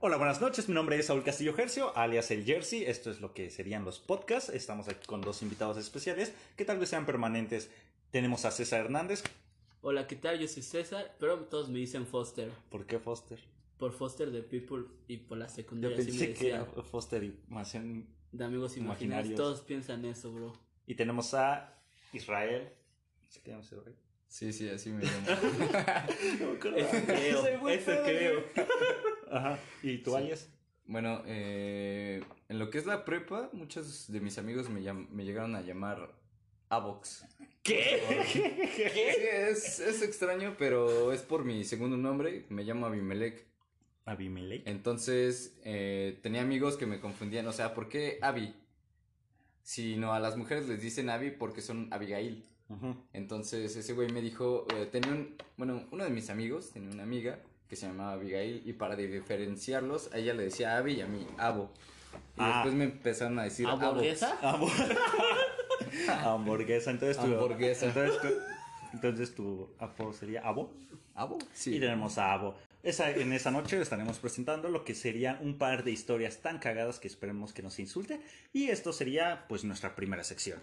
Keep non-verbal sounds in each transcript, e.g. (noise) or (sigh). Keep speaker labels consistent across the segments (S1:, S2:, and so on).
S1: Hola, buenas noches. Mi nombre es Saúl Castillo Gercio, alias El Jersey. Esto es lo que serían los podcasts. Estamos aquí con dos invitados especiales que tal vez sean permanentes. Tenemos a César Hernández.
S2: Hola, ¿qué tal? Yo soy César, pero todos me dicen Foster.
S1: ¿Por qué Foster?
S2: Por Foster de People y por la
S1: Yo
S2: secundaria sí me
S1: pensé que era
S2: decían.
S1: Foster y más en-
S2: De amigos imaginarios.
S1: Imaginarios.
S2: Todos piensan eso, bro.
S1: Y tenemos a Israel. ¿Sí te llamas Israel?
S3: Sí, sí, así me llamo.
S1: No me acuerdo.
S2: Eso creo,
S1: Soy muy
S2: eso
S1: pedo, (laughs)
S2: creo.
S1: güey. Ajá. ¿Y tú,
S3: Sí.
S1: alias?
S3: bueno, eh, en lo que es la prepa, muchos de mis amigos me, llam- me llegaron a llamar Avox.
S1: ¿Qué?
S3: Sí, es, es extraño, pero es por mi segundo nombre, me llamo Abimelech.
S1: Abimelech.
S3: Entonces, eh, tenía amigos que me confundían, o sea, ¿por qué Abi? Si no, a las mujeres les dicen Abi porque son Abigail.
S1: Ajá.
S3: Entonces ese güey me dijo, eh, tenía un, bueno, uno de mis amigos tenía una amiga que se llamaba Abigail y para diferenciarlos a ella le decía Abby y a mí Abo. Y
S1: Ah.
S3: después me empezaron a decir Abo.
S2: ¿Hamburguesa?
S1: Hamburg- hamburguesa. Entonces tu
S3: Hamburguesa.
S1: Entonces tu, entonces tu apodo sería Abo.
S3: Abo,
S1: Y
S3: sí.
S1: tenemos a Abo. Esa, en esa noche estaremos presentando lo que serían un par de historias tan cagadas que esperemos que nos insulte. Y esto sería pues nuestra primera sección.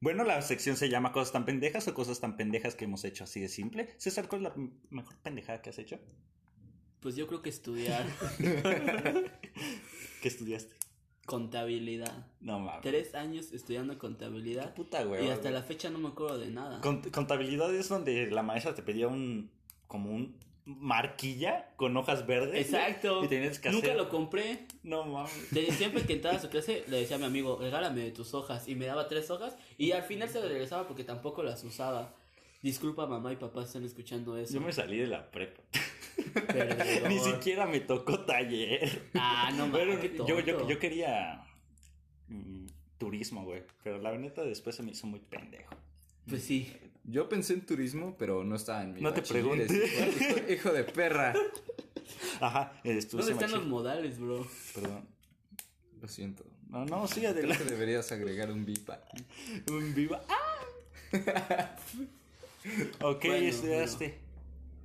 S1: Bueno, la sección se llama cosas tan pendejas o cosas tan pendejas que hemos hecho así de simple. César, ¿cuál es la m- mejor pendejada que has
S2: (laughs)
S1: hecho?
S2: Pues yo creo que estudiar (laughs)
S1: ¿Qué estudiaste?
S2: contabilidad.
S1: No mames.
S2: Tres años estudiando contabilidad.
S1: Puta, güey.
S2: Y hasta la fecha no me acuerdo de nada.
S1: Cont- contabilidad es donde la maestra te pedía un como un marquilla con hojas verdes.
S2: Exacto.
S1: Y tenías que
S2: Nunca
S1: hacer-
S2: lo compré.
S1: No mames.
S2: De- Siempre que entraba a su clase le decía a mi amigo, regálame tus hojas. Y me daba tres hojas. Y al final se las regresaba porque tampoco las usaba. Disculpa, mamá y papá están escuchando eso.
S1: Yo me salí de la prepa. (laughs)
S2: Perdedor.
S1: Ni siquiera me tocó taller.
S2: Ah, no
S1: Bueno,
S2: mames. qué
S1: yo, yo,
S2: tonto.
S1: yo quería mm, turismo, güey. Pero la neta después se me hizo muy pendejo.
S2: Pues sí.
S3: Yo pensé en turismo, pero no estaba en mi
S1: No te
S3: bachilleres,
S1: pregunté.
S3: Hijo, hijo- hijo de perra.
S1: Ajá, eh, estuve
S2: ¿Dónde están los
S1: machi-
S2: modales, bro?
S1: Perdón.
S3: Lo
S1: (laughs)
S3: siento.
S1: No, no, sí,
S3: Creo
S2: (laughs)
S1: adelante.
S3: que deberías agregar un bipa.
S1: Un viva. ¡Ah!
S2: (laughs)
S1: ok,
S2: Bueno,
S1: estudiaste.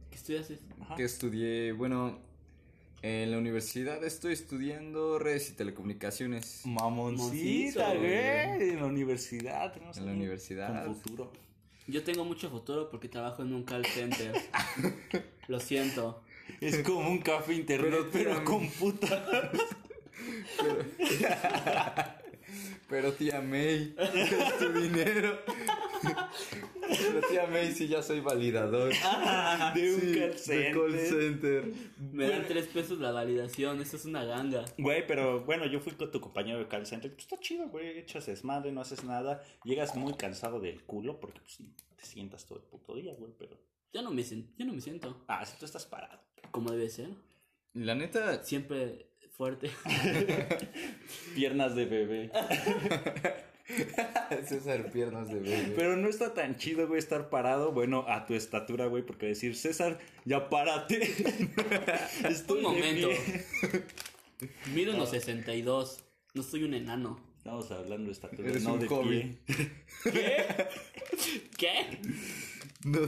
S2: ¿Qué estudiaste?
S1: Ajá.
S3: que estudié, bueno, en la universidad estoy estudiando redes y telecomunicaciones.
S1: Mamoncita,
S2: Mamoncito,
S1: güey. En la universidad. tenemos
S3: En la
S1: alguien
S3: universidad.
S1: Con futuro.
S2: Yo tengo mucho futuro porque trabajo en un
S1: (laughs)
S2: call center. Lo siento.
S1: Es como un café internet,
S3: Pero
S1: pero,
S3: tírame.
S1: con puta.
S3: Pero tía May, (laughs) es tu dinero. Pero tía May, sí, ya soy validador.
S1: (laughs) De un
S3: Sí,
S1: call
S3: de call
S1: center.
S3: center.
S2: Me dan tres pesos la validación. Eso es una ganga.
S1: Güey, pero bueno, yo fui con tu compañero de call center. Pues, está chido, güey. Echas desmadre, no haces nada. Llegas muy cansado del culo porque pues, te sientas todo el puto día, güey. Pero.
S2: Yo no me, sien- yo no me siento
S1: Ah, si tú estás parado.
S2: como debe ser.
S1: (laughs)
S3: La neta,
S2: Siempre fuerte. (laughs)
S1: Piernas de bebé.
S3: César, piernas de bebé.
S1: (laughs) Pero no está tan chido, güey, estar parado. Bueno, a tu estatura, güey, porque decir, César, ya párate. (laughs) Estoy de
S2: Un momento.
S1: pie.
S2: Mido unos 62. No soy un enano.
S1: Estamos hablando de estatura,
S3: Eres
S1: no
S3: un
S1: de
S3: joven.
S1: pie. (laughs)
S2: ¿Qué? ¿Qué?
S3: No-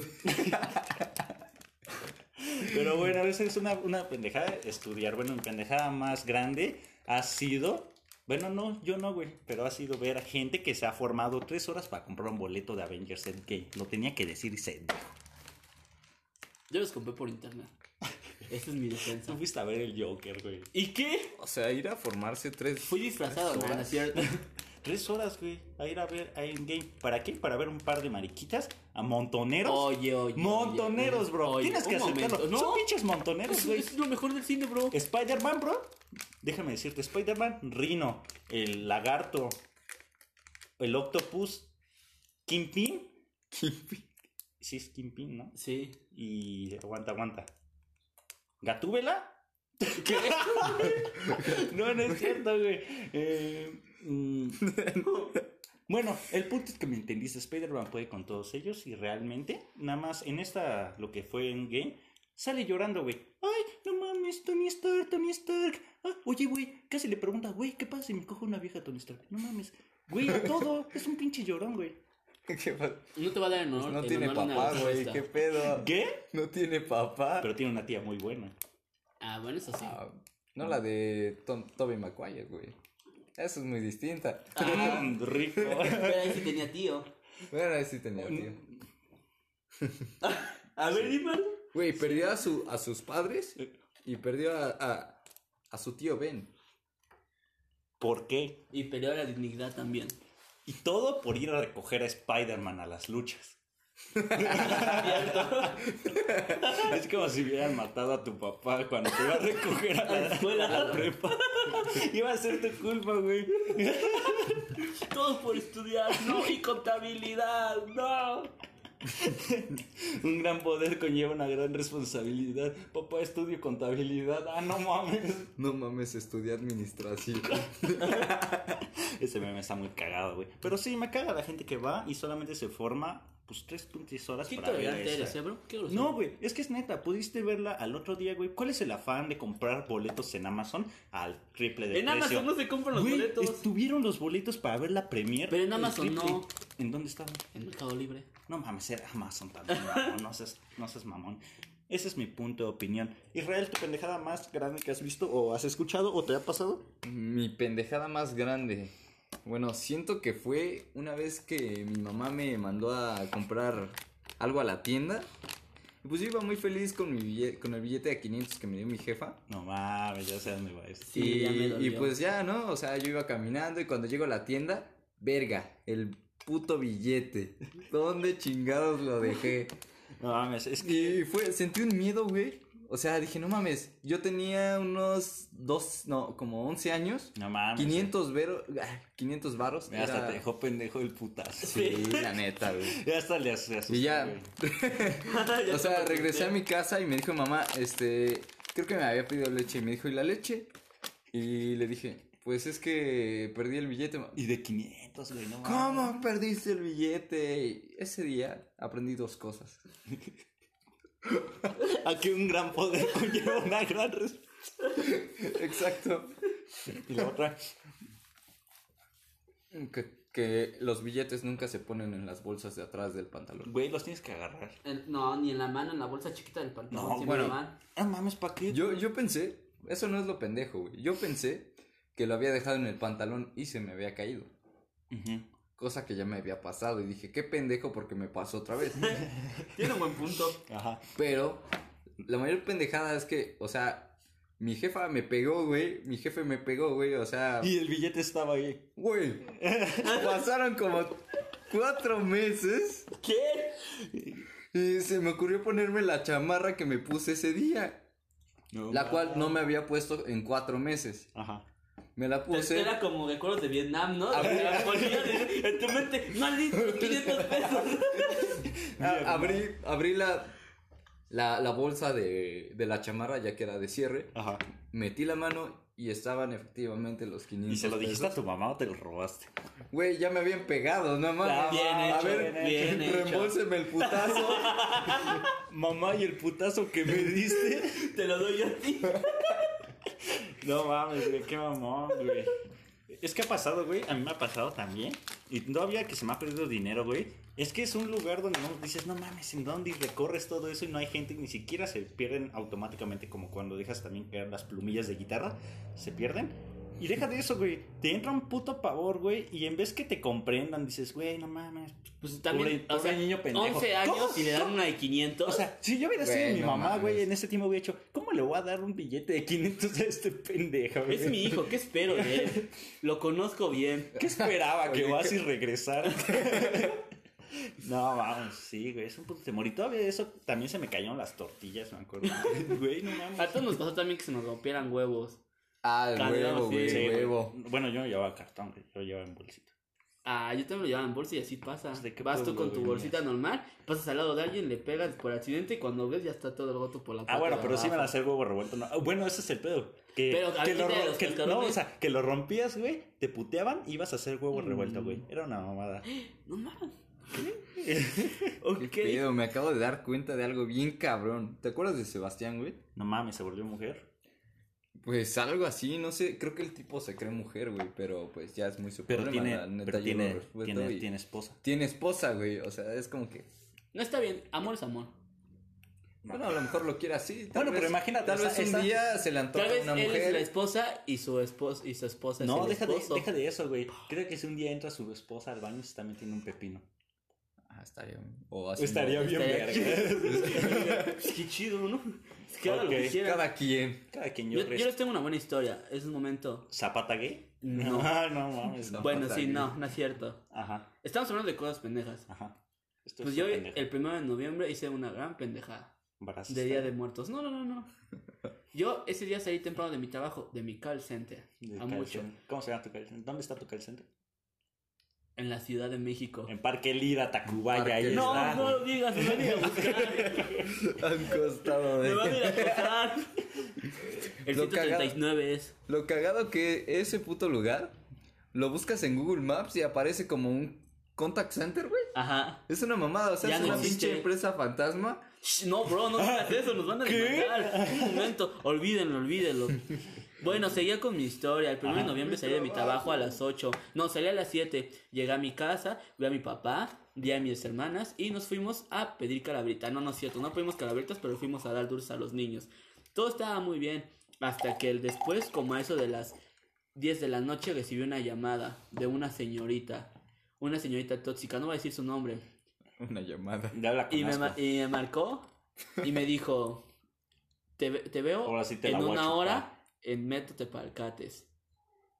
S1: Pero bueno, esa es una, una pendejada estudiar. Bueno, mi pendejada más grande ha sido. Bueno, no, yo no, güey. Pero ha sido ver a gente que se ha formado tres horas para comprar un boleto de Avengers Endgame. Lo tenía que decir y se dijo.
S2: Yo los compré por internet. Esa es mi defensa.
S1: Tú fuiste a ver el Joker, güey.
S2: ¿Y qué?
S3: O sea, ir a formarse tres.
S2: Fui disfrazado, no, no es cierto.
S1: Tres horas, güey, a ir a ver a Endgame. ¿Para qué? Para ver un par de mariquitas a montoneros.
S2: Oye, oye.
S1: montoneros,
S2: oye,
S1: bro.
S2: oye,
S1: Tienes que
S2: un
S1: aceptarlo.
S2: momento, No,
S1: Son pinches montoneros,
S2: eso
S1: güey.
S2: es lo mejor del cine, bro.
S1: Spider-Man, bro. Déjame decirte, Spider-Man, Rino, el lagarto, el octopus, Kingpin. Sí, es Kingpin, ¿no?
S2: Sí.
S1: Y aguanta, aguanta. Gatúbela. (laughs) no, no es cierto, güey. Eh, mm, bueno, el punto es que me entendiste, Spider-Man puede con todos ellos y realmente, nada más en esta, lo que fue en game, sale llorando, güey. Ay, no mames, Tony Stark, Tony Stark. Ah, oye, güey, casi le pregunta, güey, ¿qué pasa si me cojo una vieja Tony Stark? No mames. Güey, todo, es un pinche llorón, güey.
S3: (laughs) ¿Qué pa- Pues
S2: No te va a dar en
S1: Pues
S2: honor.
S3: No
S2: en
S3: tiene
S2: honor una
S3: papá, güey.
S2: respuesta.
S3: ¿Qué pedo?
S1: ¿Qué?
S3: No tiene papá.
S1: Pero tiene una tía muy buena.
S2: Ah, bueno, eso sí.
S3: Ah, no la de Tom, Toby Maguire, güey. Eso es muy distinta.
S2: Ah,
S1: Mm, (laughs) rico.
S2: pero ahí sí tenía tío.
S3: Bueno, ahí sí tenía, tío.
S2: A ver, dime.
S3: Güey, perdió a, su, a sus padres y perdió a, a, a su tío Ben.
S1: ¿Por qué?
S2: Y peleó la dignidad también.
S1: Y todo por ir a recoger a Spider-Man a las luchas. (laughs) es como si hubieran matado a tu papá cuando te iba a recoger (laughs) a la
S2: escuela.
S1: escuela, a la prepa. Iba a ser tu culpa, güey.
S2: Todos por estudiar, no, y contabilidad, no.
S1: Un gran poder conlleva una gran responsabilidad. Papá, estudio contabilidad. Ah, no mames.
S3: No mames, estudié administración.
S1: Ese meme está muy cagado, güey. Pero sí, me caga la gente que va y solamente se forma, pues, tres pinches horas
S2: Qué
S1: para ver
S2: intolerante
S1: esa.
S2: eres, ¿eh, bro? Qué grosero.
S1: No, güey, es que es neta, pudiste verla al otro día, güey. ¿Cuál es el afán de comprar boletos en Amazon al triple de
S2: En
S1: precio?
S2: Amazon no se compran los
S1: Güey,
S2: boletos.
S1: estuvieron los boletos para ver la premier.
S2: Pero en
S1: el
S2: Amazon
S1: triple.
S2: no.
S1: ¿En dónde estaban?
S2: En Mercado
S1: (laughs)
S2: Libre.
S1: No mames, era Amazon también, (laughs) mamón, no seas, no seas mamón. Ese es mi punto de opinión. Israel, tu pendejada más grande que has visto o has escuchado o te ha pasado?
S3: Mi pendejada más grande. Bueno, siento que fue una vez que mi mamá me mandó a comprar algo a la tienda. Y pues yo iba muy feliz con, mi bille- con el billete de 500 que me dio mi jefa.
S1: No mames, ya sé dónde va esto.
S2: Sí,
S3: y,
S2: ya me
S3: y
S2: dolió.
S3: pues ya, ¿no? O sea, yo iba caminando y cuando llego a la tienda, verga, el puto billete. ¿Dónde chingados lo dejé?
S1: No mames, es que
S3: Y fue, sentí un miedo, güey. O sea, dije, no mames, yo tenía unos dos, no, como 11 años.
S1: no mames.
S3: 500 veros, ah, 500 varos.
S1: güey. Hasta
S3: era-
S1: te dejó pendejo el putazo.
S3: Sí, la neta, güey.
S1: Ya hasta le as- le asusté,
S3: Y ya,
S1: güey.
S2: Ya
S3: o sea,
S2: te
S3: regresé a
S2: conté.
S3: mi casa y me dijo mamá, este, creo que me había pedido leche y me dijo, ¿y la leche? Y le dije, pues es que perdí el billete. ma-".
S1: Y de 500, güey, no mames.
S3: ¿Cómo perdiste el billete? Y ese día aprendí dos cosas. (laughs)
S1: Aquí un gran poder (laughs) conlleva una gran res-
S3: Exacto.
S1: Y la otra.
S3: Que, que los billetes nunca se ponen en las bolsas de atrás del pantalón.
S1: Güey, los tienes que agarrar.
S2: En- no, ni en la mano, en la bolsa chiquita del pantalón.
S1: No,
S2: siempre
S3: bueno.
S2: van.
S1: Ah, mames, ¿para qué?
S3: Yo, yo pensé, eso no es lo pendejo, güey. Yo pensé que lo había dejado en el pantalón y se me había caído.
S1: Ujú.
S3: Cosa que ya me había pasado y dije, qué pendejo porque me pasó otra vez.
S2: Tiene un buen punto.
S1: Ajá.
S3: Pero la mayor pendejada es que, o sea, mi jefa me pegó, güey. Mi jefe me pegó, güey. O sea,
S1: Y el billete estaba ahí.
S3: güey. Pasaron como cuatro meses
S2: ¿Qué?
S3: y se me ocurrió ponerme la chamarra que me puse ese día.
S1: No,
S3: La
S1: ma-
S3: cual no me había puesto en cuatro meses.
S1: Ajá.
S3: Me la puse.
S2: Era como recuerdos de Vietnam, ¿no? La ponías en en tu mente, maldito, 500 pesos.
S3: A- abrí abrí la, la, la bolsa de, de la chamarra, ya que era de cierre.
S1: Ajá.
S3: Metí la mano y estaban efectivamente los 500.
S1: ¿Y se lo dijiste
S3: pesos.
S1: a tu mamá o te lo robaste?
S3: Güey, ya me habían pegado, no mames.
S1: Bien
S3: a
S1: hecho,
S3: ver,
S2: Ah, bien
S3: (laughs)
S2: hecho.
S3: reembolseme el putazo.
S1: Mamá, y el putazo que me diste.
S2: Te lo doy yo a ti.
S1: No mames, güey, qué mamón, güey. Es que ha pasado, güey, a mí me ha pasado también. Y todavía que se me ha perdido dinero, güey. Es que es un lugar donde no dices, no mames, ¿en dónde? Y recorres todo eso y no hay gente, ni siquiera se pierden automáticamente, como cuando dejas también caer las plumillas de guitarra, se pierden. Y deja de eso, güey. Te entra un puto pavor, güey. Y en vez que te comprendan, dices, güey, no mames.
S2: Pues también,
S1: Pobre-
S2: o sea,
S1: pobre niño pendejo.
S2: 11 años y le dan una de 500.
S1: O sea, si yo hubiera sido
S3: Güey,
S1: mi
S3: no
S1: mamá,
S3: mames.
S1: güey, en ese tiempo hubiera dicho, ¿cómo le voy a dar un billete de 500 a este pendejo, güey?
S2: es mi hijo, ¿qué espero de él? Lo conozco bien.
S1: ¿Qué esperaba? ¿Que
S3: Oye,
S1: vas
S3: ¿qué-
S1: y regresar? (laughs) No, vamos, sí, güey, es un puto temor. Y todavía eso también se me cayeron las tortillas, me acuerdo. (laughs) Güey, no
S2: A
S1: mames.
S2: todos nos pasó también que se nos rompieran huevos.
S3: Ah, el
S2: Claro,
S3: huevo,
S2: sí.
S3: güey,
S1: Sí, güey.
S3: huevo.
S1: Bueno, yo no llevaba cartón, güey, yo llevaba en bolsita.
S2: Ah, yo también lo llevaba en bolsa y así pasa.
S1: ¿De qué
S2: Vas tú
S1: pueblo
S2: con tu
S1: venías?
S2: bolsita normal, pasas al lado de alguien, le pegas por accidente y cuando ves ya está todo el goto por la
S1: Ah,
S2: parte
S1: bueno,
S2: de
S1: pero sí me
S2: abajo.
S1: van a hacer huevo revuelto. no. Ah, Bueno, ese es el pedo. Que,
S2: Pero, a
S1: que
S2: ver,
S1: lo,
S2: quita
S1: ro-
S2: los
S1: que- no,
S2: cascarones.
S1: o sea, que lo rompías, güey, te puteaban y ibas a hacer huevo
S2: Mm.
S1: revuelto, güey. Era una mamada.
S2: No mames.
S3: Qué
S2: (laughs) ok.
S3: pedo, me acabo de dar cuenta de algo bien cabrón. ¿Te acuerdas de Sebastián, güey?
S1: No mames, se volvió mujer.
S3: Pues algo así, no sé, creo que el tipo se cree mujer, güey, pero pues ya es muy su
S1: Pero
S3: problema,
S1: tiene,
S3: la neta,
S1: pero
S3: yo
S1: tiene,
S3: lo respeto
S1: tiene,
S3: y-
S1: tiene esposa.
S3: tiene esposa, güey, o sea, es como que,
S2: No está bien, amor es amor.
S3: bueno, a lo mejor lo quiere así, tal
S1: Bueno, pero
S3: vez-
S1: imagínate,
S3: tal
S1: o sea,
S3: vez un
S1: esa-
S3: día se le antoja
S2: Tal vez
S3: una
S2: él es la
S3: mujer,
S2: esposa y su esposa y su esposa es
S1: No,
S2: el
S1: deja de,
S2: esposo. (laughs)
S1: deja de eso, güey. Creo que si un día entra su esposa al baño y se está metiendo un pepino.
S3: ah, estaría, bien. o así,
S1: Estaría bien,
S2: Estaría
S1: verga.
S2: Qué chido, ¿no? Es que haga lo
S1: Ok,
S2: que quiera.
S3: cada quien, (laughs)
S1: Cada quien yo,
S2: Yo, yo
S1: resto.
S2: les tengo una buena historia. Es un momento.
S1: ¿Zapata gay? (laughs)
S2: No.
S1: no, no mames.
S3: No.
S2: bueno,
S3: pasa
S2: sí,
S3: bien.
S2: no, no es cierto.
S1: Ajá,
S2: Estamos hablando de cosas pendejas.
S1: ajá. Esto
S2: Pues
S1: es
S2: yo
S1: pendejo.
S2: el primero de noviembre hice una gran pendejada
S1: Brazos
S2: de Día de
S1: también.
S2: Muertos. No, no, no, no. Yo ese día salí temprano de mi trabajo, de mi call center,
S1: De
S2: a mucho,
S1: calcen- ¿Cómo se llama tu calcen? ¿Dónde está tu calcente?
S2: en la Ciudad de México.
S1: En Parque Lira, Tacubaya,
S3: Parque
S1: ahí
S3: Lira.
S2: No,
S1: está.
S2: no lo digas, me van a ir a buscar.
S3: han costado
S2: Me
S3: de...
S2: van a ir a acosar. El
S3: Lo cagado.
S2: 139 es.
S3: Lo cagado que ese puto lugar, lo buscas en Google Maps y aparece como un contact center, güey.
S2: Ajá.
S3: Es una mamada, o sea,
S2: Ya
S3: es
S2: no
S3: una
S2: existe.
S3: pinche empresa fantasma.
S2: Shh, No, bro, no digas eso, nos van a demandar. Un momento, olvídenlo, olvídenlo. (laughs) Bueno, seguía con mi historia. El 1 de
S1: Ajá.
S2: noviembre salí de mi trabajo a las 8. No, salí a las 7. Llegué a mi casa, vi a mi papá, vi a mis hermanas y nos fuimos a pedir calabrita. No, no es cierto, no pedimos calabritas, pero fuimos a dar dulces a los niños. Todo estaba muy bien. Hasta que el después, como a eso de las 10 de la noche, recibí una llamada de una señorita. Una señorita tóxica, no voy a decir su nombre.
S3: Una llamada.
S1: Le habla con
S2: Y me,
S1: asco.
S2: ma- y me marcó y me dijo, te, ve- te veo
S1: Ahora sí te
S2: en
S1: la voy a
S2: una
S1: chupar".
S2: hora en Metro Tepalcates.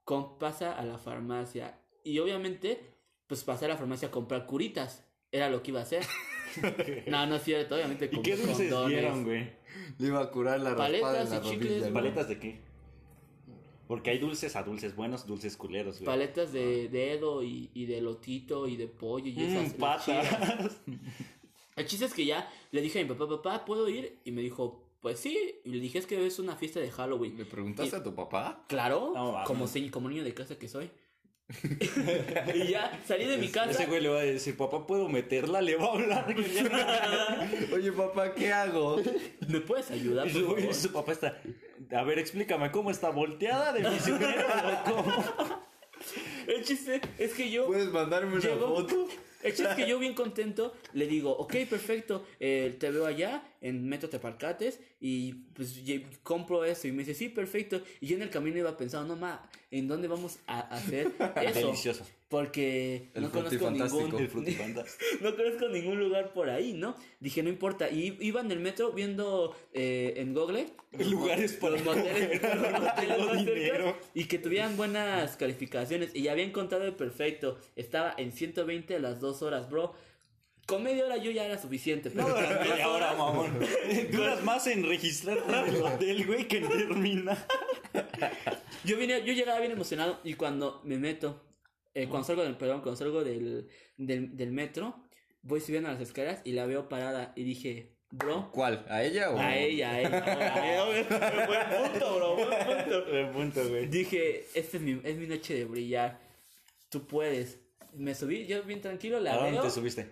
S2: Con, pasa a la farmacia. Y obviamente, pues pasé a la farmacia a comprar curitas. Era lo que iba
S1: (laughs)
S2: a hacer. no, no es cierto, obviamente
S1: ¿Y qué
S2: compré
S1: dulces
S2: condones.
S1: vieron, güey?
S3: Le iba a curar la raspada
S2: Paletas
S3: de la
S2: y chicles,
S3: rodilla.
S2: güey.
S3: güey.
S1: ¿Paletas de qué? Porque hay dulces a dulces buenos, dulces culeros, güey.
S2: Paletas de dedo y, y de lotito y de pollo y
S1: Ah. Mm,
S2: esas las chidas.
S1: patas.
S2: El chiste es que ya le dije a mi papá, papá, ¿puedo ir? Y me dijo, pues sí. Y le dije, es que es una fiesta de Halloween.
S3: ¿Le preguntaste a tu papá? (laughs)
S2: Claro,
S1: No, va.
S2: como, si- como niño de casa que soy. (laughs) y ya salí de mi casa.
S1: Ese güey le va a decir, papá, ¿puedo meterla? Le va a
S2: (laughs)
S1: hablar.
S3: Oye, papá, ¿qué hago?
S2: ¿Me puedes ayudar?
S1: Y su,
S2: Por
S1: y
S2: favor?
S1: su papá está. A ver, explícame cómo está volteada de mi
S2: (laughs)
S1: sombrero, o cómo?"
S2: El chiste es que yo.
S3: ¿Puedes mandarme una
S2: Llego.
S3: foto?
S2: (laughs) El chiste es que yo, bien contento, le digo: Ok, perfecto, eh, te veo allá en Métote Parcates y pues ye- compro eso. Y me dice: Sí, perfecto. Y yo en el camino iba pensando: No, ma, ¿en dónde vamos a
S3: (laughs)
S2: hacer eso?
S1: Delicioso.
S2: Porque
S3: El
S2: no conozco
S3: frutifantástico.
S2: ningún.
S1: El frutipantas.
S2: no conozco ningún lugar por ahí, ¿no? Dije, no importa. Y iba en el metro viendo eh, en Google
S1: Lugares para
S2: (laughs) los (laughs) moteles,
S1: comer.
S2: los
S1: (laughs)
S2: moteles
S1: Tengo
S2: más
S1: dinero.
S2: cercanos y que tuvieran buenas calificaciones. Y ya había encontrado el perfecto. Estaba en 120 a las 2 horas, bro. Con media hora yo ya era suficiente. Pero
S1: No
S2: con
S1: durante
S2: dos
S1: media hora,
S2: horas-
S1: mamón. (laughs) Duras más en registrarte en el hotel, güey, que en terminar.
S2: Yo, vine, yo llegaba bien emocionado y cuando me meto, eh, cuando salgo del, perdón, cuando salgo del, del, del metro, voy subiendo a las escaleras y la veo parada. Y dije, bro,
S3: ¿Cuál? ¿A ella
S1: Oh.
S3: o...?
S2: A ella, (laughs)
S1: (laughs)
S2: a ella. A ella. Buen punto, bro, buen punto.
S1: Buen punto, güey.
S2: Dije, esta es mi, es mi noche de brillar. Tú puedes. Me subí, yo bien tranquilo,
S1: ¿A
S2: la
S1: dónde
S2: veo.
S1: te subiste?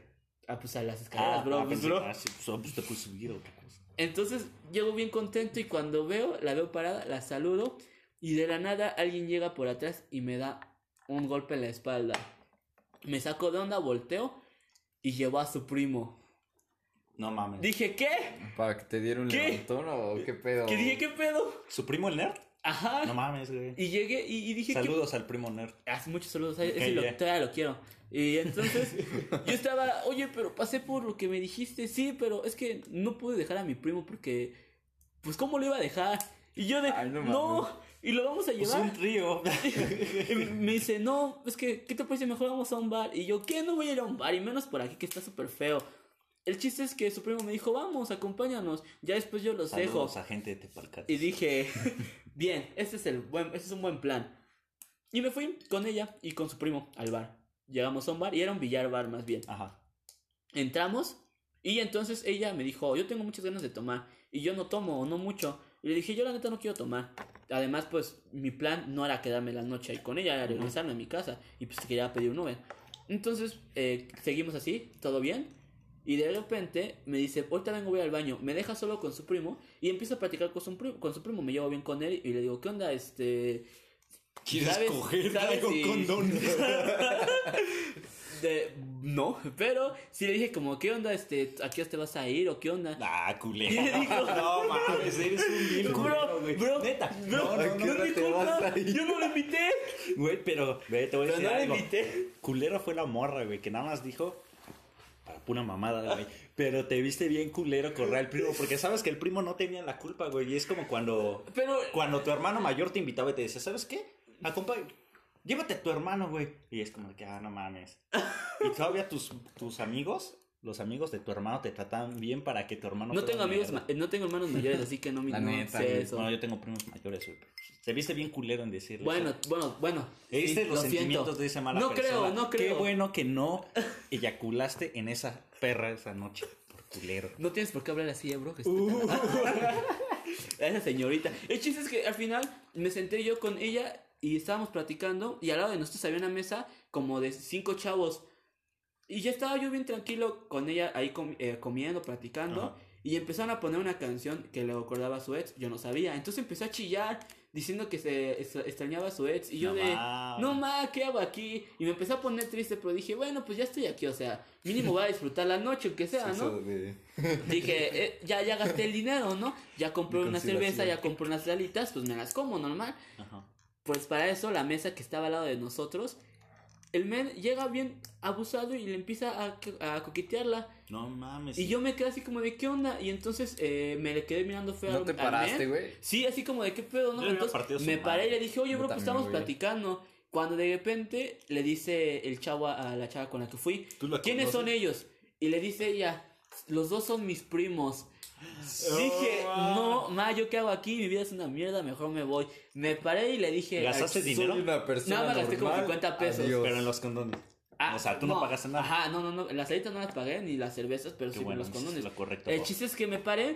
S2: Ah, pues a las escaleras, bro. pues,
S1: pensé,
S2: bro.
S1: ah, sí, pues, ah, pues, te puedes subir a otra cosa.
S2: Entonces llego bien contento y cuando veo, la veo parada, la saludo. Y de la nada alguien llega por atrás y me da un golpe en la espalda. Me saco de onda, volteo y llevo a su primo.
S1: No mames.
S2: Dije, ¿qué?
S3: ¿Para que te diera un
S2: ¿Qué?
S3: levantón o qué pedo?
S2: Que dije, ¿qué pedo?
S1: ¿Su primo el nerd?
S2: Ajá.
S1: No mames, güey.
S2: y llegué y, y dije, ¿qué
S1: Saludos al primo nerd.
S2: Hace muchos saludos. Ese
S1: Ok,
S2: lo,
S1: ya.
S2: todavía lo quiero. Y entonces (laughs) yo estaba, oye, pero pasé por lo que me dijiste. Sí, pero es que no pude dejar a mi primo porque, pues, ¿cómo lo iba a dejar? Y yo de,
S3: Ay, no
S2: no,
S3: mames.
S2: y lo vamos a
S1: Pues un
S2: llevar.
S1: trío.
S2: Y me dice, no, es que, ¿qué te parece? Mejor vamos a un bar. Y yo, ¿qué? No voy a ir a un bar, y menos por aquí que está súper feo. El chiste es que su primo me dijo, vamos, acompáñanos. Ya después yo (laughs) los dejo.
S1: Saludos a gente de Tepalcate.
S2: Y dije, (laughs) bien, este es, el buen, este es un buen plan. Y me fui con ella y con su primo al bar. Llegamos a un bar y era un billar bar más bien.
S1: Ajá.
S2: Entramos y entonces ella me dijo, yo tengo muchas ganas de tomar y yo no tomo o no mucho. Y le dije, yo la neta no quiero tomar. Además, pues mi plan no era quedarme la noche ahí con ella, era regresarme a mi casa y pues quería pedir un Uber. Entonces, eh, seguimos así, todo bien. Y de repente me dice, ahorita vengo, voy al baño. Me deja solo con su primo y empiezo a platicar con su, pri- con su primo. Me llevo bien con él y le digo, ¿qué onda? Este...
S1: ¿Quieres
S2: ¿Sabes-
S1: coger?
S2: sabes
S1: Traigo
S2: si-
S1: condón.
S2: (laughs) De, no, pero sí le dije como, ¿qué onda? Este, ¿A qué hora te vas a ir? ¿O qué onda?
S1: ah,
S2: Y le
S1: culero.
S2: digo,
S1: (laughs) No mames, eres un bien culero,
S2: bro,
S1: güey.
S2: bro,
S1: Neta.
S2: bro,
S3: no, ¿a qué
S2: no
S3: hora
S2: es mi
S3: te vas
S2: culpa,
S3: a ir?
S2: yo no lo invité.
S1: Güey, pero ve, te voy a
S2: Pero
S1: decir
S2: no le
S1: algo.
S2: invité.
S1: Culero fue la morra, güey, que nada más dijo para pura mamada, güey. Pero te viste bien culero correr al primo, porque sabes que el primo no tenía la culpa, güey. Y es como cuando,
S2: Pero,
S1: cuando tu hermano mayor te invitaba y te decía, ¿sabes qué? Acompaña, llévate a tu hermano, güey. Y es como de que, ah, no mames. Y todavía tus, tus amigos, los amigos de tu hermano, te tratan bien para que tu hermano.
S2: no
S1: fuera
S2: tengo
S1: una
S2: amigos,
S1: mierda.
S2: ma- eh, no tengo hermanos mayores, así que no me
S3: La
S2: no
S3: neta,
S2: sé
S3: güey.
S2: eso.
S1: No, yo tengo primos mayores, güey. pero Te viste bien culero en decirle.
S2: Bueno, bueno, bueno.
S1: Este
S2: sí,
S1: los
S2: lo siento.
S1: sentimientos de esa mala
S2: No
S1: persona.
S2: creo, no creo.
S1: Qué bueno que no eyaculaste en esa perra esa noche, por culero.
S2: No tienes por qué hablar así, eh, bro. que
S1: Uh.
S2: está- A esa señorita. El chiste es que al final me senté yo con ella y estábamos platicando y al lado de nosotros había una mesa como de cinco chavos. Y ya estaba yo bien tranquilo con ella ahí com- eh, comiendo, platicando.
S1: Ajá.
S2: Y empezaron a poner una canción que le acordaba a su ex, yo no sabía. Entonces empezó a chillar diciendo que se es- extrañaba a su ex. Y yo
S1: No
S2: de,
S1: mames.
S2: no ma, ¿qué hago aquí? Y me empecé a poner triste, pero dije, bueno, pues ya estoy aquí, o sea, mínimo voy a disfrutar la noche, aunque sea, ¿no?
S3: Eso de-
S2: Dije, eh, ya, ya gasté el dinero, ¿no? Ya compré
S3: De
S2: una cerveza,
S3: conciliación.
S2: ya compré unas lalitas, pues me las como normal.
S1: Ajá.
S2: Pues para eso, la mesa que estaba al lado de nosotros, el men llega bien abusado y le empieza a, co- a coquetearla.
S1: No mames.
S2: Y yo me quedé así como de, ¿qué onda? Y entonces eh, me le quedé mirando feo
S3: ¿No
S2: al-
S3: te
S2: al
S3: paraste,
S2: men.
S3: güey?
S2: Sí, así como de, ¿qué pedo?
S1: Yo
S2: No,
S1: le hubiera partido
S2: entonces
S1: su
S2: me
S1: madre.
S2: paré y le dije, oye,
S3: Yo
S2: bro, pues
S3: también,
S2: estamos
S3: güey.
S2: platicando. Cuando de repente le dice el chavo a a la chava con la que fui,
S1: ¿Tú la
S2: ¿Quiénes son
S1: conoces?
S2: ellos? Y le dice ella, los dos son mis primos.
S1: Oh,
S2: dije,
S1: ah.
S2: no, ma, ¿yo qué hago aquí? Mi vida es una mierda, mejor me voy. Me paré y le dije... "Ah,
S1: ¿Gastaste
S2: "Ay,
S1: dinero?
S3: Soy una persona
S2: Nada más gasté como
S3: normal.
S2: 50 pesos.
S3: Adiós.
S1: Pero en los condones.
S2: ah,
S1: o sea, tú no, pagaste nada.
S2: Ajá, no, no, no, las salitas no las pagué, ni las cervezas, pero
S1: Qué
S2: sí me
S1: bueno,
S2: los
S1: eso es
S2: condones. Eh,
S1: Lo correcto.
S2: El chiste es que me paré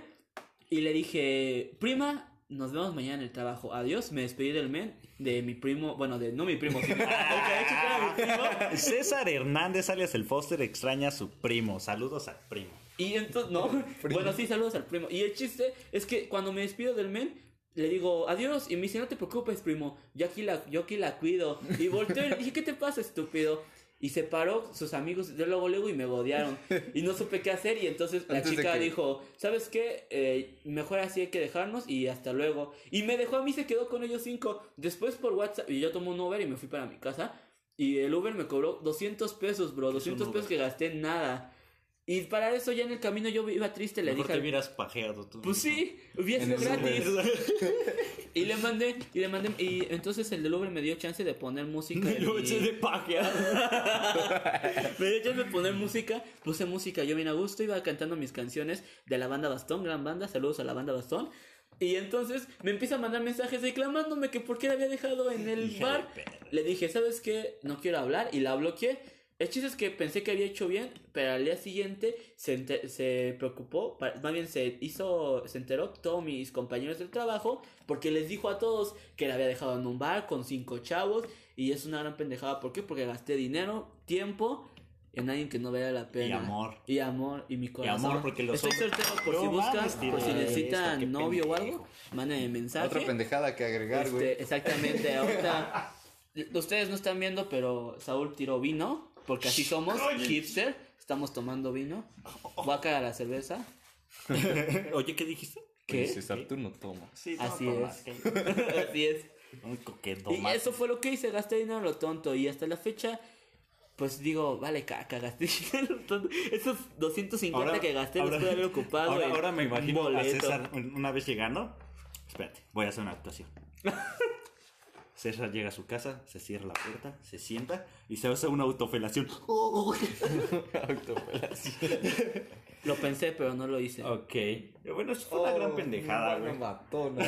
S2: y le dije, prima, nos vemos mañana en el trabajo. Adiós, me despedí del men, de mi primo, bueno, de no mi primo,
S1: (laughs)
S2: sí, el que de hecho era mi primo.
S1: César Hernández alias el Foster extraña a su primo. Saludos al primo.
S2: Y entonces, no, (laughs) bueno, sí, saludos al primo. Y el chiste es que cuando me despido del men, le digo adiós y me dice, no te preocupes, primo, yo aquí la, yo aquí la cuido. Y volteo y le dije, ¿qué te pasa, estúpido? Y se paró sus amigos de luego luego y me bodearon. Y no supe qué hacer. Y entonces la
S3: Antes de
S2: chica
S3: que-
S2: dijo, ¿sabes qué? Eh, mejor así hay que dejarnos y hasta luego. Y me dejó a mí, se quedó con ellos cinco. Después por WhatsApp, y yo tomé un Uber y me fui para mi casa. Y el Uber me cobró 200 pesos, bro.
S1: ¿Qué es un
S2: 200 pesos
S1: Uber?
S2: que gasté en nada. Y para eso ya en el camino yo iba triste, le
S1: Mejor
S2: dije,
S1: te
S2: al-
S1: hubieras pajeado tú.
S2: pues
S1: mismo. (laughs) Pues,
S2: sí, hubiera sido
S3: En el
S2: gratis. Y le mandé, y le mandé, y entonces el del Uber me dio chance de poner música. en
S1: Yo
S2: mi-
S1: eché de pajeado.
S2: (laughs) me dio chance de poner música, puse música, yo bien a gusto, iba cantando mis canciones de la banda Bastón, gran banda, saludos a la banda Bastón. Y entonces me empieza a mandar mensajes reclamándome que por qué la había dejado en el
S1: Hija de
S2: bar.
S1: perra.
S2: Le dije, ¿sabes qué? No quiero hablar y la bloqueé. El chiste es que pensé que había hecho bien, pero al día siguiente se, ente- se preocupó, pa- más bien se hizo, se enteró todos mis compañeros del trabajo, porque les dijo a todos que la había dejado en un bar con cinco chavos, y es una gran pendejada. ¿Por qué? Porque gasté dinero, tiempo, en alguien que no valía la pena.
S1: Y amor.
S2: Y amor, y mi corazón.
S1: amor, porque los
S2: Estoy
S1: hombres-
S2: soltero por si
S1: No
S2: buscan,
S1: mames, tío,
S2: por si
S1: esto, qué
S2: necesitan novio o algo,
S1: pendejo.
S2: mándenme mensaje.
S3: Otra pendejada que agregar,
S2: Este,
S3: güey.
S2: exactamente, ahorita ustedes no están viendo, pero Saúl tiró vino, porque así somos, hipster, estamos tomando vino, va a cagar la cerveza.
S1: Oye, ¿qué dijiste?
S2: ¿Qué?
S3: Oye, César, tú no tomas.
S1: Sí,
S2: Así
S1: tomas,
S2: es.
S1: que-
S2: (laughs) así es.
S1: Un coqueto
S2: Y
S1: más.
S2: eso fue lo que hice, gasté dinero a lo tonto y hasta la fecha pues digo, vale, caca, gasté (laughs) dinero a lo tonto. Esos 250 que gasté los pude haber ocupado.
S1: Ahora,
S2: en
S1: ahora me
S2: un
S1: imagino a
S2: boleto.
S1: César un- una vez llegando. Espérate, voy a hacer una
S2: (laughs)
S1: actuación. César llega a su casa, se cierra la puerta, se sienta y se hace una autofelación.
S3: pues.
S2: Lo pensé, pero no lo hice.
S1: ok. Bueno, eso fue una gran pendejada, güey.
S3: Oh, Matona.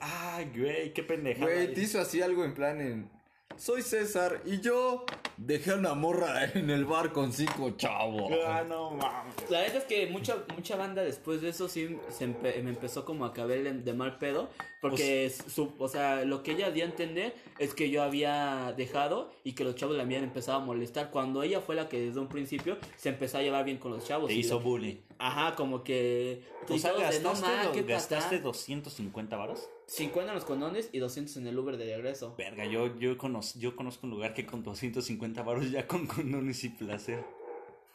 S1: Ay, güey, qué pendejada.
S3: Güey, te hizo así algo en plan en... Soy César y yo Dejé a una morra en el bar con cinco chavos.
S1: Ah, no mames.
S2: La verdad es que mucha mucha banda después de eso sí se empe- me empezó como a caber de, de mal pedo. Porque, su, o sea, lo que ella dio a entender es que yo había dejado y que los chavos la habían empezado a molestar. Cuando ella fue la que desde un principio se empezó a llevar bien con los chavos.
S1: Te
S2: y
S1: hizo
S2: la-
S1: bullying.
S2: Ajá, como que.
S1: O
S2: y
S1: sea,
S2: todos de,
S1: gastaste,
S2: ma,
S1: lo-
S2: qué
S1: gastaste
S2: patán".
S1: 250 varos.
S2: 50 en los condones y 200 en el Uber de regreso.
S1: Verga, yo, yo, conozco, yo conozco un lugar que con 250 varos ya con condones y placer.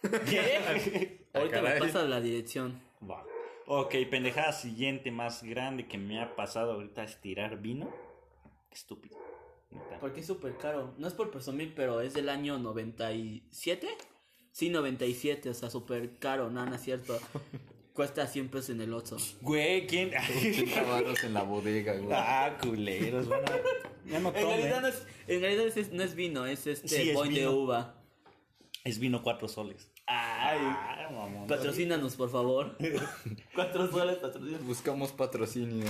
S2: ¿Qué? Ahorita me
S3: caray.
S2: pasas la dirección.
S1: (laughs) Va. Ok, pendejada siguiente más grande que me ha pasado ahorita es tirar vino. Qué estúpido. neta.
S2: Porque es súper caro. No es por presumir, pero es del año 97. Sí, 97, o sea, súper caro, nada, no es (laughs) cierto. Cuesta 100 pesos en el Oxxo.
S1: Güey, ¿quién?
S3: 80 barros en la bodega, güey.
S1: ah, culeros. van a- Ya no
S2: En realidad no
S1: tomen.
S2: es, en realidad es, no es vino, es este
S1: Sí, es
S2: boing de
S1: vino.
S2: uva.
S1: Es vino cuatro soles.
S2: Ay,
S1: Ah, mamón.
S2: patrocínanos, por (laughs) favor. Cuatro soles patrocínanos.
S3: Buscamos patrocinio.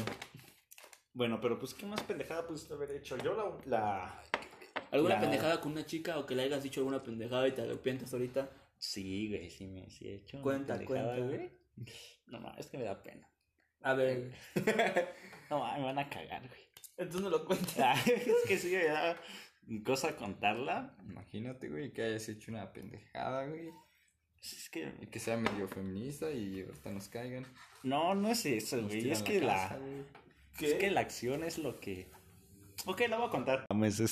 S1: Bueno, pero pues, ¿qué más pendejada pudiste haber hecho? Yo la... la...
S2: ¿Alguna
S1: La-
S2: pendejada con una chica o que le hayas dicho alguna pendejada y te arrepientes ahorita?
S1: Sí, güey, sí me sí he hecho. una
S2: Cuenta,
S1: pendejada,
S2: cuenta.
S1: güey. No, no, es que me da pena.
S2: A ver,
S1: No, ma, me van a cagar, güey. (laughs)
S2: entonces no lo cuentas.
S1: Ah, es que sí, ya... Cosa contarla.
S3: Imagínate, güey, que hayas hecho una pendejada, güey.
S1: Es que...
S3: Y que sea medio feminista y ahorita nos caigan.
S1: No, no es eso,
S3: Nos
S1: güey.
S3: tiran
S1: Es que la...
S3: casa, güey.
S1: Es que la acción es lo que... Ok, la voy a (laughs) contar. (laughs)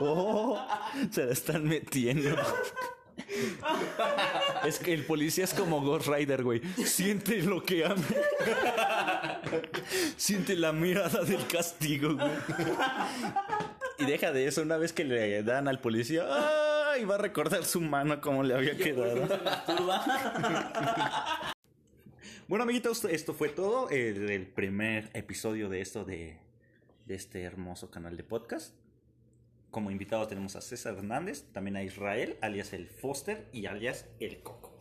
S1: Oh. se la están metiendo. es que el policía es como Ghost Rider, güey. Siente lo que ama. Siente la mirada del castigo, güey. Y deja de eso, una vez que le dan al policía, ¡ay! Va a recordar su mano como le había quedado. Bueno, amiguitos, esto fue todo. El, el primer episodio de esto de, de este hermoso canal de podcast. Como invitado tenemos a César Hernández, también a Israel, alias el Foster y alias el Coco.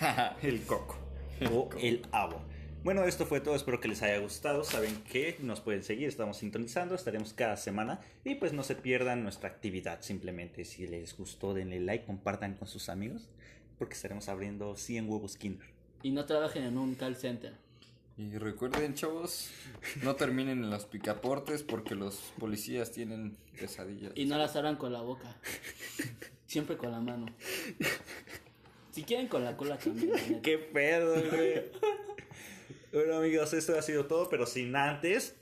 S1: (laughs) el Coco. (laughs) O el Abo. Bueno, esto fue todo. Espero que les haya gustado. Saben que nos pueden seguir. Estamos sintonizando. Estaremos cada semana. Y pues no se pierdan nuestra actividad. Simplemente si les gustó, denle like, compartan con sus amigos. Porque estaremos abriendo 100 huevos Kinder.
S2: (laughs) Y no trabajen en un call center.
S3: Y recuerden, chavos, no terminen en los picaportes porque los policías tienen pesadillas.
S2: Y no las abran con la boca. Siempre con la mano. Si quieren con la cola también. la neta.
S1: Qué pedo, güey. bueno, amigos, esto ha sido todo, pero sin antes.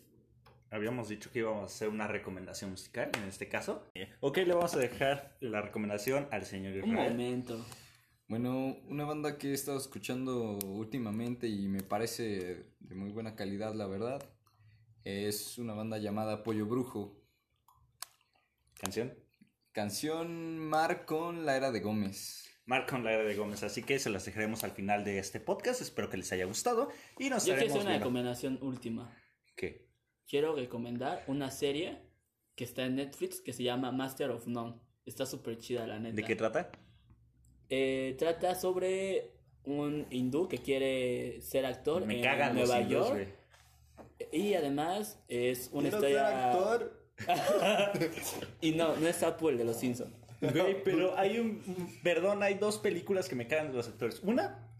S1: Habíamos dicho que íbamos a hacer una recomendación musical, en este caso. Ok, le vamos a dejar la recomendación al señor
S2: Un
S1: Israel.
S2: momento.
S3: Bueno, una banda que he estado escuchando últimamente y me parece de muy buena calidad, la verdad, es una banda llamada Pollo Brujo.
S1: Canción.
S3: Canción Mar con la era de Gómez.
S1: Marco con la era de Gómez, así que se las dejaremos al final de este podcast. Espero que les haya gustado y nos
S2: Yo quiero
S1: estaremos
S2: hacer una
S1: viendo.
S2: recomendación última.
S1: ¿Qué?
S2: Quiero recomendar una serie que está en Netflix que se llama Master of None. Está súper chida, la neta.
S1: ¿De qué trata?
S2: Eh, trata sobre un hindú que quiere ser actor
S1: Me
S2: en
S1: cagan los
S2: Nueva
S1: hindús,
S2: York.
S1: güey.
S2: Y además es una
S3: Quiero ser
S2: historia.
S3: actor.
S2: Y no, no es Apple de los Simpsons.
S3: (laughs)
S1: Güey, pero hay un. Perdón, hay dos películas que me cagan de los actores. Una,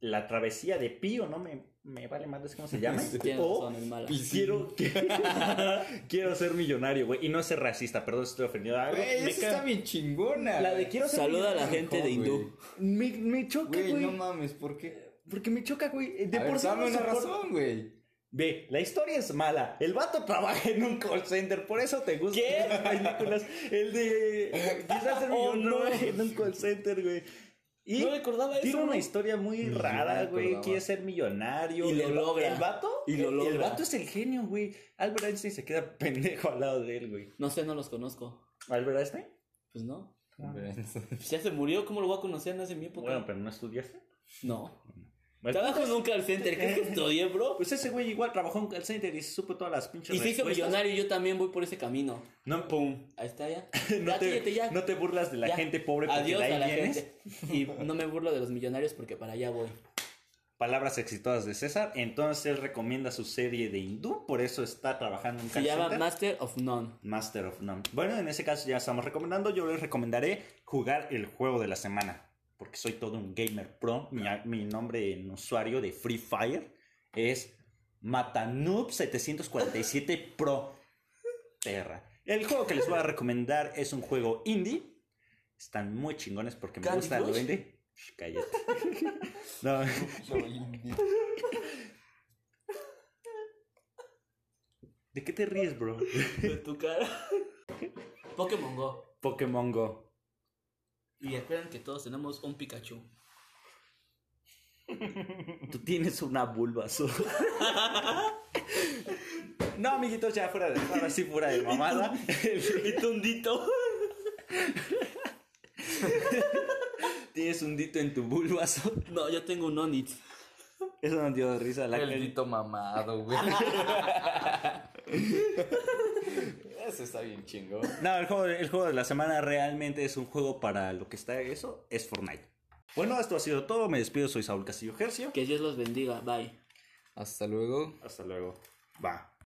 S1: La Travesía de Pío, no me, me vale más cómo se
S3: (laughs)
S1: llama.
S2: Tienes
S1: o
S2: razón, es mala.
S1: y quiero, (laughs) quiero ser millonario, güey. Y no ser racista, perdón, estoy ofendido. Ah,
S3: Güey,
S1: me,
S3: esa
S1: caga-
S3: está bien chingona.
S1: La de
S3: güey.
S1: quiero ser
S2: Saluda a la
S1: millonario.
S2: gente de hindú.
S3: Güey.
S1: Me, me choca,
S3: Güey,
S1: güey.
S3: no mames, ¿por qué?
S1: porque me choca, güey. De
S3: A ver,
S1: por sí
S3: dame
S1: no
S3: una
S1: soporto-
S3: razón, güey.
S1: Ve, la historia es mala. El vato trabaja en un call center, por eso te gustan
S2: ¿Qué?
S1: las películas. El de
S2: (laughs)
S1: quizás ser
S2: Oh, no.
S1: millonario en un call center, güey. Y
S2: No recordaba eso,
S1: tiene una
S2: ¿no?
S1: historia muy
S3: Ni yo
S1: rara,
S3: me
S1: güey.
S3: acordaba.
S1: Quiere ser millonario.
S2: Y lo
S1: el, va-
S2: logra.
S1: El vato.
S2: Y lo
S1: el- El
S2: logra.
S1: vato es el genio, güey. Albert Einstein se queda (laughs) pendejo al lado de él, güey.
S2: No sé, no los conozco.
S1: ¿Albert Einstein?
S2: Pues no.
S3: Hombre,
S2: Pues ya se murió, ¿cómo lo voy a conocer? No es de mi época.
S1: Bueno, pero no estudiaste.
S2: no.
S1: Bueno,
S2: Trabajo en un call center, ¿crees
S1: (laughs)
S2: que estudié, bro?
S1: pues ese güey igual trabajó en un call center y se supo todas las pinches
S2: Y se hizo
S1: respuestas.
S2: millonario, yo también voy por ese camino.
S1: No,
S2: Pum, ahí está ya.
S1: (laughs) no,
S2: Ya, síguete
S1: te,
S2: ya.
S1: no te burlas de la
S2: Ya.
S1: gente pobre porque
S2: Adiós
S1: de ahí
S2: a la
S1: vienes.
S2: gente. Y no me burlo de los millonarios porque para allá voy.
S1: Palabras exitosas de César. Entonces él recomienda su serie de hindú, por eso está trabajando en
S2: Se
S1: call
S2: llama
S1: center.
S2: Master of None.
S1: (laughs) Master of None. Bueno, en ese caso ya estamos recomendando. Yo les recomendaré jugar el juego de la semana. Porque soy todo un gamer pro. Mi, mi nombre en usuario de Free Fire es
S2: (laughs)
S1: Matanoob747 Pro Terra. El juego que les voy a recomendar es un juego indie. Están muy chingones porque me
S2: ¿Candy
S1: gusta lo
S2: Crush?
S1: indie. Shh, Cállate. (laughs) No, ¿De qué te ríes, bro?
S2: De tu cara. Pokémon Go.
S1: Pokémon Go.
S2: Y esperan que todos tenemos un
S1: (laughs)
S2: Pikachu.
S1: Tú tienes una vulva azul. (laughs) No, amiguitos, ya fuera de. Ahora sí, fuera de mamada. (laughs)
S2: Y tundito.
S1: tienes un dito en tu vulva azul.
S2: (laughs) No, yo tengo un Onix.
S1: Eso nos dio risa. La
S3: El grito mamado, (laughs) güey. Eso está bien chingón.
S1: No, el juego, el juego de la semana realmente es un juego para lo que está eso. Es Fortnite. Bueno, esto ha sido todo. Me despido. Soy Saúl Castillo Gercio.
S2: Que Dios los bendiga. Bye.
S3: Hasta luego.
S1: Hasta luego. Va.